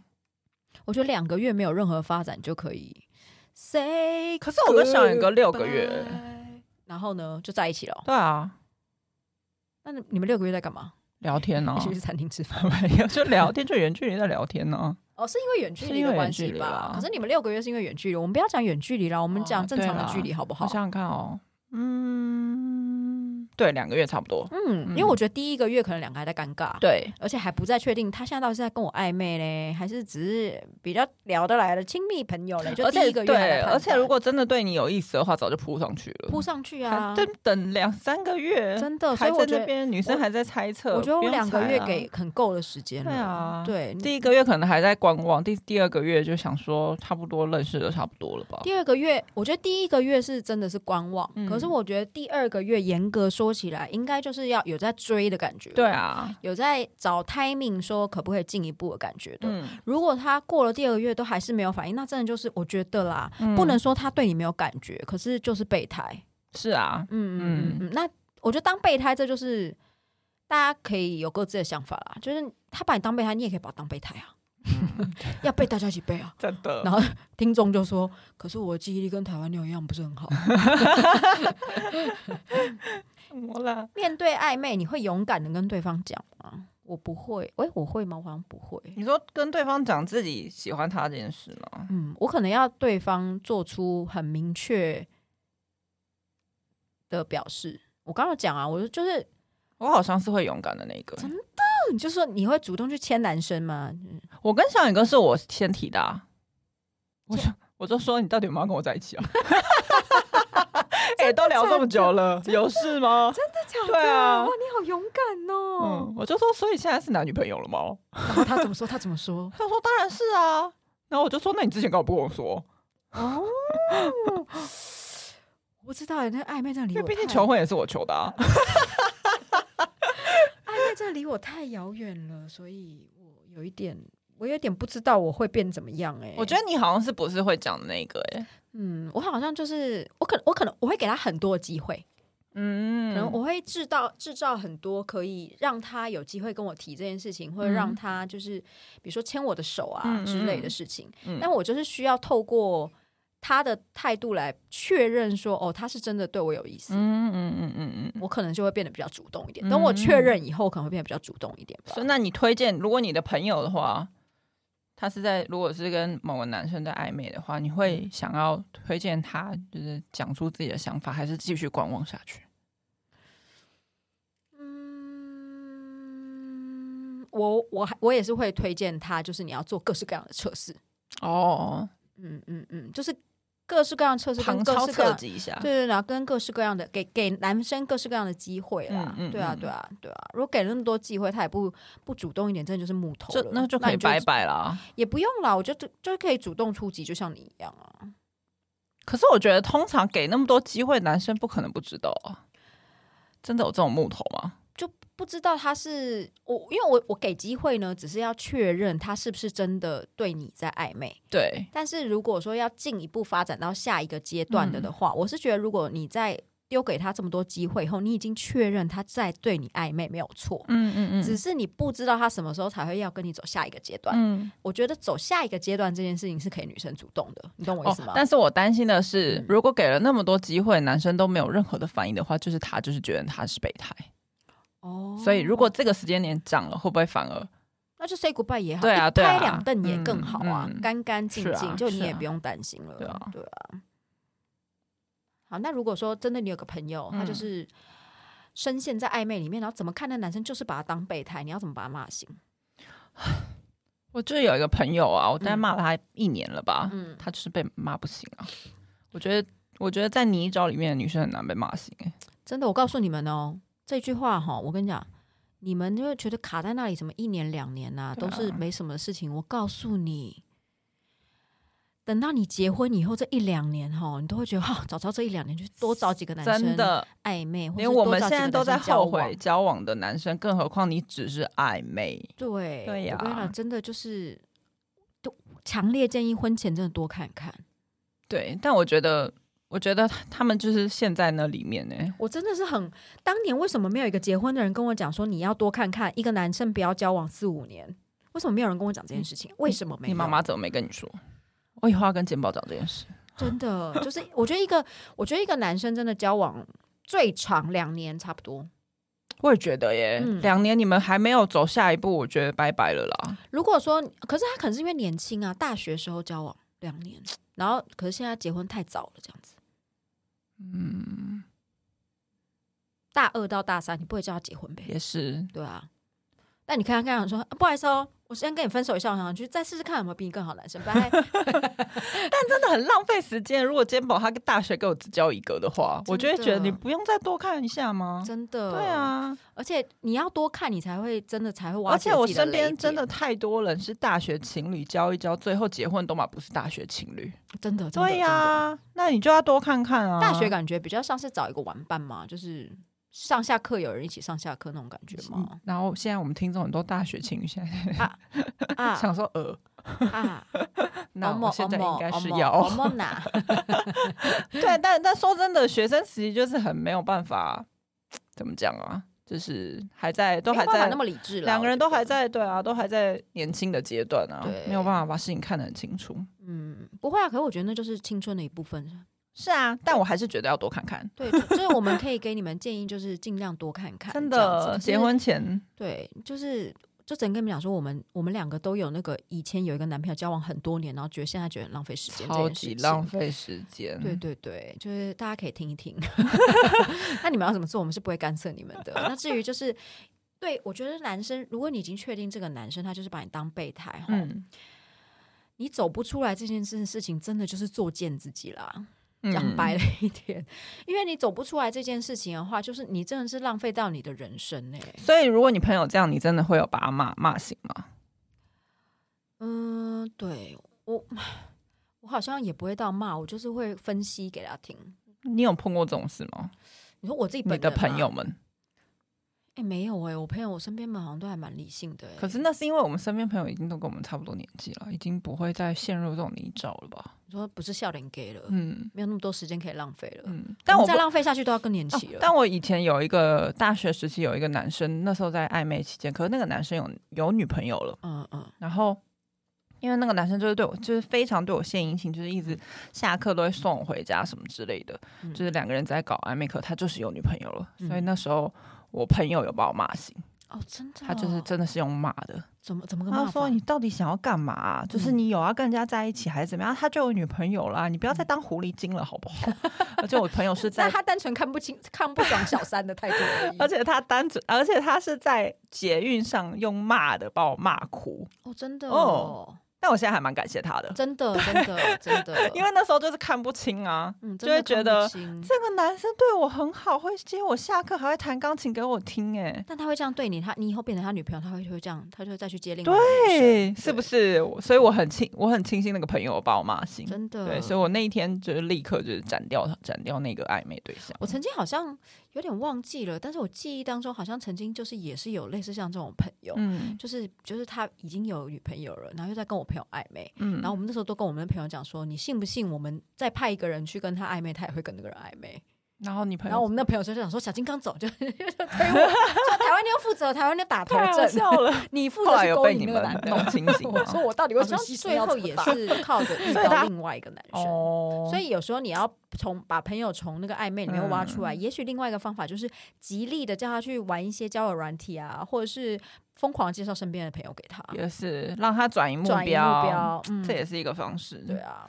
[SPEAKER 1] 我觉得两个月没有任何发展就可以。Say，
[SPEAKER 2] 可是我跟小远哥六个月
[SPEAKER 1] goodbye 然后呢就在一起了哦。
[SPEAKER 2] 对啊，
[SPEAKER 1] 那你你们六个月在干嘛？
[SPEAKER 2] 聊天
[SPEAKER 1] [laughs]
[SPEAKER 2] 呢、
[SPEAKER 1] 一起去餐厅吃饭？
[SPEAKER 2] 没有，就聊天，就远距离在聊天啊呢、
[SPEAKER 1] 哦，是因为远距
[SPEAKER 2] 是
[SPEAKER 1] 离
[SPEAKER 2] 因为
[SPEAKER 1] 的
[SPEAKER 2] 远
[SPEAKER 1] 关
[SPEAKER 2] 距
[SPEAKER 1] 系
[SPEAKER 2] 离
[SPEAKER 1] 吧
[SPEAKER 2] 啦？
[SPEAKER 1] 可是你们六个月是因为远距离，我们不要讲远距离啦，我们
[SPEAKER 2] 哦
[SPEAKER 1] 讲正
[SPEAKER 2] 对
[SPEAKER 1] 常的
[SPEAKER 2] 啦
[SPEAKER 1] 距离好不
[SPEAKER 2] 我
[SPEAKER 1] 好？
[SPEAKER 2] 想想看哦，嗯，对，两个月差不多。
[SPEAKER 1] 嗯，因为
[SPEAKER 2] 嗯
[SPEAKER 1] 我觉得第一个月可能两个还在尴尬，
[SPEAKER 2] 对，
[SPEAKER 1] 而且还不再确定他现在到底是在跟我暧昧嘞，还是只是比较聊得来的亲密朋友嘞？就
[SPEAKER 2] [laughs] 而
[SPEAKER 1] 第
[SPEAKER 2] 且
[SPEAKER 1] 一个月还在
[SPEAKER 2] 对，
[SPEAKER 1] 判断
[SPEAKER 2] 而且如果真的对你有意思的话，早就扑上去了。
[SPEAKER 1] 扑上去
[SPEAKER 2] 还
[SPEAKER 1] 啊，
[SPEAKER 2] 真等两三个月，
[SPEAKER 1] 真的，所
[SPEAKER 2] 还
[SPEAKER 1] 以我
[SPEAKER 2] 在
[SPEAKER 1] 觉
[SPEAKER 2] 那
[SPEAKER 1] 得
[SPEAKER 2] 边，女生还在猜测。
[SPEAKER 1] 我觉得
[SPEAKER 2] 不
[SPEAKER 1] 我
[SPEAKER 2] 用
[SPEAKER 1] 两个
[SPEAKER 2] 猜
[SPEAKER 1] 月
[SPEAKER 2] 啦
[SPEAKER 1] 给很够的时间了，
[SPEAKER 2] 对啊，。
[SPEAKER 1] 对。嗯
[SPEAKER 2] 第一个月可能还在观望，第第二个月就想说差不多认识的差不多了吧。
[SPEAKER 1] 第二个月，我觉得第一个月是真的是观望，
[SPEAKER 2] 嗯
[SPEAKER 1] 可是我觉得第二个月严格说起来，应该就是要有在追的感觉，
[SPEAKER 2] 对，啊，
[SPEAKER 1] 有在找 timing 说可不可以进一步的感觉的。
[SPEAKER 2] 嗯，
[SPEAKER 1] 如果他过了第二个月都还是没有反应，那真的就是我觉得啦，
[SPEAKER 2] 嗯
[SPEAKER 1] 不能说他对你没有感觉，可是就是备胎。
[SPEAKER 2] 是啊，
[SPEAKER 1] 嗯嗯嗯嗯。那我觉得当备胎，这就是大家可以有各自的想法啦。就是他把你当备胎，你也可以把他当备胎啊。
[SPEAKER 2] 嗯
[SPEAKER 1] [laughs] 要背大家一起背啊！
[SPEAKER 2] 真的
[SPEAKER 1] 然后听众就说：“可是我的记忆力跟台湾妞一样，不是很好。
[SPEAKER 2] 怎么了？”
[SPEAKER 1] 面对暧昧，你会勇敢的跟对方讲吗？我不会，喂，我会吗？我好像不会。
[SPEAKER 2] 你说跟对方讲自己喜欢他这件事吗？
[SPEAKER 1] 嗯，我可能要对方做出很明确的表示。我刚刚讲啊，我就就是，
[SPEAKER 2] 我好像是会勇敢的那个。
[SPEAKER 1] 你就说你会主动去牵男生吗？
[SPEAKER 2] 我跟小远哥是我先提的、啊，我就我就说你到底有没有要跟我在
[SPEAKER 1] [laughs]
[SPEAKER 2] 一起啊？哎、都聊这么久了，有事吗？
[SPEAKER 1] 真的假
[SPEAKER 2] 对啊
[SPEAKER 1] 哇，你好勇敢哦！
[SPEAKER 2] 嗯， [laughs] 我就说，所以现在是男女朋友了吗？
[SPEAKER 1] 然后他怎么说？他怎么
[SPEAKER 2] [laughs]？
[SPEAKER 1] 说
[SPEAKER 2] 他说当然是啊。然后我就说，那你之前干嘛不跟我说？
[SPEAKER 1] 哦，我不知道，那暧昧真的离
[SPEAKER 2] 因为
[SPEAKER 1] 我
[SPEAKER 2] 毕竟
[SPEAKER 1] 太
[SPEAKER 2] 求婚也是我求的、啊。
[SPEAKER 1] 暧昧真的离我太遥远了，所以我有一点，我有点不知道我会变怎么样哎、
[SPEAKER 2] 我觉得你好像是不是会讲的那个、欸？哎，
[SPEAKER 1] 嗯，我好像就是我可我可能我会给他很多的机会。可能
[SPEAKER 2] 嗯，
[SPEAKER 1] 我会制造制造很多可以让他有机会跟我提这件事情，或者让他就是比如说牵我的手啊
[SPEAKER 2] 嗯
[SPEAKER 1] 之类的事情。
[SPEAKER 2] 嗯
[SPEAKER 1] 但我就是需要透过他的态度来确认说，哦，他是真的对我有意思。
[SPEAKER 2] 嗯嗯嗯嗯嗯。
[SPEAKER 1] 我可能就会变得比较主动一点。
[SPEAKER 2] 嗯
[SPEAKER 1] 等我确认以后，可能会变得比较主动一点吧
[SPEAKER 2] 所。以那你推荐，如果你的朋友的话，他是在如果是跟某个男生在暧昧的话，你会想要推荐他就是讲出自己的想法，还是继续观望下去？
[SPEAKER 1] 嗯，我我还我也是会推荐他，就是你要做各式各样的测试。
[SPEAKER 2] 哦，
[SPEAKER 1] 嗯嗯嗯，就是各式各样的测试跟
[SPEAKER 2] 旁
[SPEAKER 1] 各
[SPEAKER 2] 敲
[SPEAKER 1] 式各样
[SPEAKER 2] 侧击一啊下，
[SPEAKER 1] 对对，然后跟各式各样的给给男生各式各样的机会啦，
[SPEAKER 2] 嗯嗯
[SPEAKER 1] 对啊
[SPEAKER 2] 嗯
[SPEAKER 1] 对啊对啊。如果给了那么多机会，他也不不主动一点，真的就是木头
[SPEAKER 2] 就
[SPEAKER 1] 了
[SPEAKER 2] 那就可以
[SPEAKER 1] 你
[SPEAKER 2] 拜拜啦。
[SPEAKER 1] 也不用啦，我觉得就就可以主动出击，就像你一样啊。
[SPEAKER 2] 可是我觉得通常给那么多机会，男生不可能不知道啊。真的有这种木头吗？
[SPEAKER 1] 不知道他是我，因为我我给机会呢，只是要确认他是不是真的对你在暧昧。
[SPEAKER 2] 对，嗯
[SPEAKER 1] 但是如果说要进一步发展到下一个阶段的的话，我是觉得如果你在丢给他这么多机会以后，你已经确认他在对你暧昧没有错，
[SPEAKER 2] 嗯嗯嗯，
[SPEAKER 1] 只是你不知道他什么时候才会要跟你走下一个阶段。
[SPEAKER 2] 嗯
[SPEAKER 1] 我觉得走下一个阶段这件事情是可以女生主动的，你懂我意
[SPEAKER 2] 哦
[SPEAKER 1] 思吗？，
[SPEAKER 2] 但是我担心的是，
[SPEAKER 1] 嗯
[SPEAKER 2] 如果给了那么多机会，男生都没有任何的反应的话，就是他就是觉得他是备胎。
[SPEAKER 1] 哦
[SPEAKER 2] 所以如果这个时间点涨了，会不会反而
[SPEAKER 1] 那就 say goodbye 也好，
[SPEAKER 2] 对啊
[SPEAKER 1] 一
[SPEAKER 2] 对啊
[SPEAKER 1] 拍两瞪也更好啊，
[SPEAKER 2] 嗯嗯
[SPEAKER 1] 干干净
[SPEAKER 2] 是
[SPEAKER 1] 净，
[SPEAKER 2] 啊
[SPEAKER 1] 就你
[SPEAKER 2] 是啊
[SPEAKER 1] 也不用担心了，
[SPEAKER 2] 对啊
[SPEAKER 1] 好，那如果说真的你有个朋友，他就
[SPEAKER 2] 嗯
[SPEAKER 1] 是深陷在暧昧里面，然后怎么看那男生就是把他当备胎，你要怎么把他骂醒？
[SPEAKER 2] 我就有一个朋友啊，我大概
[SPEAKER 1] 嗯
[SPEAKER 2] 骂了他一年了吧，
[SPEAKER 1] 嗯，
[SPEAKER 2] 他就是被骂不醒啊。我觉得，我觉得在泥沼里面的女生很难被骂醒、欸。
[SPEAKER 1] 真的，我告诉你们哦，这句话哈、我跟你讲。你们就会觉得卡在那里，什么一年两年呐、
[SPEAKER 2] 对
[SPEAKER 1] 都
[SPEAKER 2] 啊
[SPEAKER 1] 是没什么事情。我告诉你，等到你结婚以后这一两年哈、你都会觉得哈、早知道这一两年就多找几个男生，
[SPEAKER 2] 真的，
[SPEAKER 1] 暧昧，或
[SPEAKER 2] 连
[SPEAKER 1] 是
[SPEAKER 2] 我
[SPEAKER 1] 多
[SPEAKER 2] 们
[SPEAKER 1] 找
[SPEAKER 2] 现
[SPEAKER 1] 几
[SPEAKER 2] 在
[SPEAKER 1] 个
[SPEAKER 2] 都
[SPEAKER 1] 男
[SPEAKER 2] 在
[SPEAKER 1] 生交
[SPEAKER 2] 后悔
[SPEAKER 1] 往。
[SPEAKER 2] 交往的男生，更何况你只是暧昧。
[SPEAKER 1] 对，
[SPEAKER 2] 对呀
[SPEAKER 1] 我跟你讲，真的就是，都强烈建议婚前真的多看看。
[SPEAKER 2] 对，但我觉得，我觉得他们就是陷在那里面呢、
[SPEAKER 1] 我真的是很，当年为什么没有一个结婚的人跟我讲说你要多看看，一个男生不要交往四五年？为什么没有人跟我讲这件事情？为什么没有？
[SPEAKER 2] 你妈妈怎么没跟你说？我以后要跟简宝讲这件事。
[SPEAKER 1] 真的就是，我觉得一个，我觉得一个男生真的交往最长两年差不多。
[SPEAKER 2] 我也觉得耶，
[SPEAKER 1] 嗯
[SPEAKER 2] 两、年你们还没有走下一步，我觉得拜拜了啦。
[SPEAKER 1] 如果说，可是他可能是因为年轻啊，大学时候交往两年，然后可是现在结婚太早了，这样子。
[SPEAKER 2] 嗯，
[SPEAKER 1] 大二到大三，你不会叫他结婚呗？
[SPEAKER 2] 也是，
[SPEAKER 1] 对啊，但你看看想说、啊不好意思哦，我先跟你分手一下，我想去再试试看有没有比你更好的男生。
[SPEAKER 2] [laughs]
[SPEAKER 1] 拜，
[SPEAKER 2] 真的很浪费时间。如果简宝他大学给我只教一个的话，
[SPEAKER 1] 真的
[SPEAKER 2] 我就会觉得你不用再多看一下吗？
[SPEAKER 1] 真的，
[SPEAKER 2] 对，啊，
[SPEAKER 1] 而且你要多看，你才会真的才会挖
[SPEAKER 2] 而
[SPEAKER 1] 掘
[SPEAKER 2] 且我
[SPEAKER 1] 自己的
[SPEAKER 2] 身边
[SPEAKER 1] 雷
[SPEAKER 2] 真的
[SPEAKER 1] 点
[SPEAKER 2] 太多人是大学情侣交一交，最后结婚都嘛不是大学情侣。
[SPEAKER 1] 真的真的
[SPEAKER 2] 对呀、
[SPEAKER 1] 真的
[SPEAKER 2] 那你就要多看看啊。
[SPEAKER 1] 大学感觉比较像是找一个玩伴嘛，就是上下课有人一起上下课那种感觉
[SPEAKER 2] 嗯
[SPEAKER 1] 嘛。
[SPEAKER 2] 然后现在我们听众很多大学情侣，现在 [laughs]
[SPEAKER 1] 啊
[SPEAKER 2] 想说呃，
[SPEAKER 1] 啊，
[SPEAKER 2] [laughs] 那
[SPEAKER 1] 欧
[SPEAKER 2] 我
[SPEAKER 1] 莫
[SPEAKER 2] 们现在
[SPEAKER 1] 欧莫
[SPEAKER 2] 应该是
[SPEAKER 1] 欧莫
[SPEAKER 2] [laughs] 要
[SPEAKER 1] 欧莫哪？
[SPEAKER 2] 对，但但说真的，学生时期就是很没有办法，怎么讲啊？就是还在都
[SPEAKER 1] 没
[SPEAKER 2] 还
[SPEAKER 1] 办法
[SPEAKER 2] 在
[SPEAKER 1] 那么理智了，
[SPEAKER 2] 两个人都
[SPEAKER 1] 我觉得
[SPEAKER 2] 还。在对啊，都还在年轻的阶段啊
[SPEAKER 1] 对，
[SPEAKER 2] 没有办法把事情看得很清楚。
[SPEAKER 1] 嗯，不会啊，可是我觉得那就是青春的一部分。
[SPEAKER 2] 是啊，但我还是觉得要多看看，
[SPEAKER 1] 对，就就是我们可以给你们建议，就是尽量多看看。
[SPEAKER 2] [laughs] 真
[SPEAKER 1] 这样子
[SPEAKER 2] 的。
[SPEAKER 1] 可
[SPEAKER 2] 结
[SPEAKER 1] 是
[SPEAKER 2] 婚前
[SPEAKER 1] 对，就是就只能跟你们讲说，我们我们两个都有那个以前有一个男朋友交往很多年，然后觉得现在觉得很浪费时间，
[SPEAKER 2] 超级浪。嗯费时间，
[SPEAKER 1] 对哦对对，就是大家可以听一
[SPEAKER 2] [laughs]
[SPEAKER 1] 听。那你们要怎么做，我们是不会干涉你们的。那至于就是，对我觉得男生，如果你已经确定这个男生他就是把你当备胎哈、吼
[SPEAKER 2] 嗯，
[SPEAKER 1] 你走不出来这件事事情，真的就是作践自己啦。
[SPEAKER 2] 嗯
[SPEAKER 1] 讲白了一点，因为你走不出来这件事情的话，就是你真的是浪费到你的人生欸呢、
[SPEAKER 2] 所以如果你朋友这样，你真的会有把他骂骂醒吗？
[SPEAKER 1] 嗯，对我，我好像也不会到骂，我就是会分析给他听。
[SPEAKER 2] 你有碰过这种事吗？
[SPEAKER 1] 你说我自己本
[SPEAKER 2] 你的
[SPEAKER 1] 人啊
[SPEAKER 2] 朋
[SPEAKER 1] 吗
[SPEAKER 2] 友？们，
[SPEAKER 1] 哎、没有哎、我朋友我身边们好像都还蛮理性的、哎
[SPEAKER 2] 可是那是因为我们身边朋友已经都跟我们差不多年纪了，已经不会再陷入这种泥沼了吧？
[SPEAKER 1] 你说不是笑脸给了，
[SPEAKER 2] 嗯
[SPEAKER 1] 没有那么多时间可以浪费了。
[SPEAKER 2] 嗯，
[SPEAKER 1] 但
[SPEAKER 2] 但
[SPEAKER 1] 呃我
[SPEAKER 2] 我
[SPEAKER 1] 再
[SPEAKER 2] 不
[SPEAKER 1] 浪费下去都要更年
[SPEAKER 2] 哦
[SPEAKER 1] 期了。
[SPEAKER 2] 但我以前有一个大学时期有一个男生，那时候在暧昧期间，可是那个男生有有女朋友了，
[SPEAKER 1] 嗯嗯，
[SPEAKER 2] 然后。因为那个男生就是对我，就是非常对我献殷勤，就是一直下课都会送我回家什么之类的，
[SPEAKER 1] 嗯
[SPEAKER 2] 就是两个人在搞暧昧，可他就是有女朋友了，
[SPEAKER 1] 嗯
[SPEAKER 2] 所以那时候我朋友有把我骂醒，
[SPEAKER 1] 哦，真的哦、
[SPEAKER 2] 他就是真的是用骂的，
[SPEAKER 1] 怎么怎么个
[SPEAKER 2] 他
[SPEAKER 1] 骂
[SPEAKER 2] 说
[SPEAKER 1] 法
[SPEAKER 2] 你到底想要干嘛、啊就是
[SPEAKER 1] 嗯
[SPEAKER 2] 你有要跟人家在一起还是怎么样？他就有女朋友啦，你不要再当狐狸精了好不好？ [laughs] 而且我朋友是
[SPEAKER 1] 但
[SPEAKER 2] 在，
[SPEAKER 1] 嗯他单纯看不清、看不爽小三的态度而已。
[SPEAKER 2] 而且 [laughs] 他单纯，而且他是在捷运上用骂的把我骂哭，
[SPEAKER 1] 哦，真的
[SPEAKER 2] 哦
[SPEAKER 1] 哦，
[SPEAKER 2] 但我现在还蛮感谢他的，
[SPEAKER 1] 真的真的真的，
[SPEAKER 2] [laughs] 因为那时候就是看不清啊。
[SPEAKER 1] 嗯，
[SPEAKER 2] 就
[SPEAKER 1] 真的
[SPEAKER 2] 会觉
[SPEAKER 1] 看不
[SPEAKER 2] 得
[SPEAKER 1] 清
[SPEAKER 2] 这个男生对我很好，会接我下课，还会弹钢琴给我听、哎，
[SPEAKER 1] 但他会这样对你，他你以后变成他女朋友，他会会这样，他就会再去接另外一个女
[SPEAKER 2] 对，是不是？所以我很庆，我很庆幸那个朋友把我骂醒
[SPEAKER 1] 生？。真的，
[SPEAKER 2] 对，所以我那一天就是立刻就是斩掉他，斩掉那个暧昧对象。
[SPEAKER 1] 我曾经好像有点忘记了，但是我记忆当中好像曾经就是也是有类似像这种朋友，
[SPEAKER 2] 嗯
[SPEAKER 1] 就是就是他已经有女朋友了，然后又在跟我朋友暧昧，
[SPEAKER 2] 嗯
[SPEAKER 1] 然后我们那时候都跟我们的朋友讲说，你信不信我们再派一个人去跟他暧昧，他也会跟那个人暧昧。
[SPEAKER 2] 然后你朋
[SPEAKER 1] 然后我
[SPEAKER 2] 友
[SPEAKER 1] 们的朋友就想说小金刚走，就 [laughs] 就推
[SPEAKER 2] [laughs]
[SPEAKER 1] 我，说台湾妞负责台湾妞打头阵，
[SPEAKER 2] 了。
[SPEAKER 1] 你负
[SPEAKER 2] [laughs] 后
[SPEAKER 1] 责
[SPEAKER 2] 来
[SPEAKER 1] 去
[SPEAKER 2] 有
[SPEAKER 1] 勾
[SPEAKER 2] 被
[SPEAKER 1] 引
[SPEAKER 2] 你
[SPEAKER 1] 那个
[SPEAKER 2] 们
[SPEAKER 1] 男的。
[SPEAKER 2] 弄清醒
[SPEAKER 1] [laughs] 我说
[SPEAKER 2] 吗？
[SPEAKER 1] 我到底为什么
[SPEAKER 3] 好像
[SPEAKER 1] 牺牲
[SPEAKER 3] 最
[SPEAKER 1] 要
[SPEAKER 3] 后
[SPEAKER 1] 这么
[SPEAKER 3] 也
[SPEAKER 1] 大
[SPEAKER 3] 是
[SPEAKER 1] 靠着遇
[SPEAKER 2] 所以
[SPEAKER 1] 到
[SPEAKER 2] 他
[SPEAKER 1] 另外一个男生。
[SPEAKER 2] 哦，
[SPEAKER 1] 所以有时候你要从把朋友从那个暧昧里面挖出来，也许另外一个方法就是极力的叫他去玩一些交友软体啊，或者是疯狂地介绍身边的朋友给他，
[SPEAKER 2] 也是让他转移目
[SPEAKER 1] 转移目标，嗯，
[SPEAKER 2] 这也是一个方式。
[SPEAKER 1] 对，啊，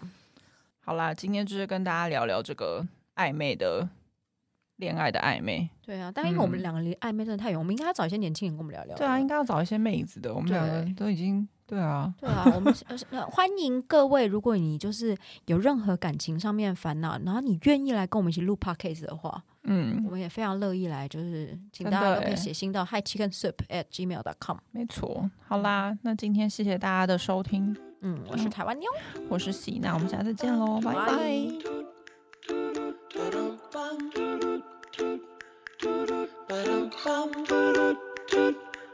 [SPEAKER 2] 好啦，今天就是跟大家聊聊这个暧昧的恋爱的暧昧。
[SPEAKER 1] 对啊。但因为我们
[SPEAKER 2] 嗯
[SPEAKER 1] 两个离暧昧真的太远，我们应该要找一些年轻人跟我们聊聊。
[SPEAKER 2] 对啊，应该要找一些妹子的，我们两个
[SPEAKER 1] 对
[SPEAKER 2] 都已经对啊，
[SPEAKER 1] 对啊，我们是呃是呃欢迎各位，如果你就是有任何感情上面烦恼，然后你愿意来跟我们一起录 podcast 的话，我
[SPEAKER 2] 嗯，
[SPEAKER 1] 们也非常乐意来，就是请
[SPEAKER 2] 真的
[SPEAKER 1] 大家都可
[SPEAKER 2] 欸
[SPEAKER 1] 以写信到 hi chicken soup at gmail dot com。
[SPEAKER 2] 没错。好啦，那今天谢谢大家的收听，
[SPEAKER 1] 嗯，我是台湾妞，
[SPEAKER 2] 我是喜娜，我们下次见喽，拜拜。
[SPEAKER 1] 拜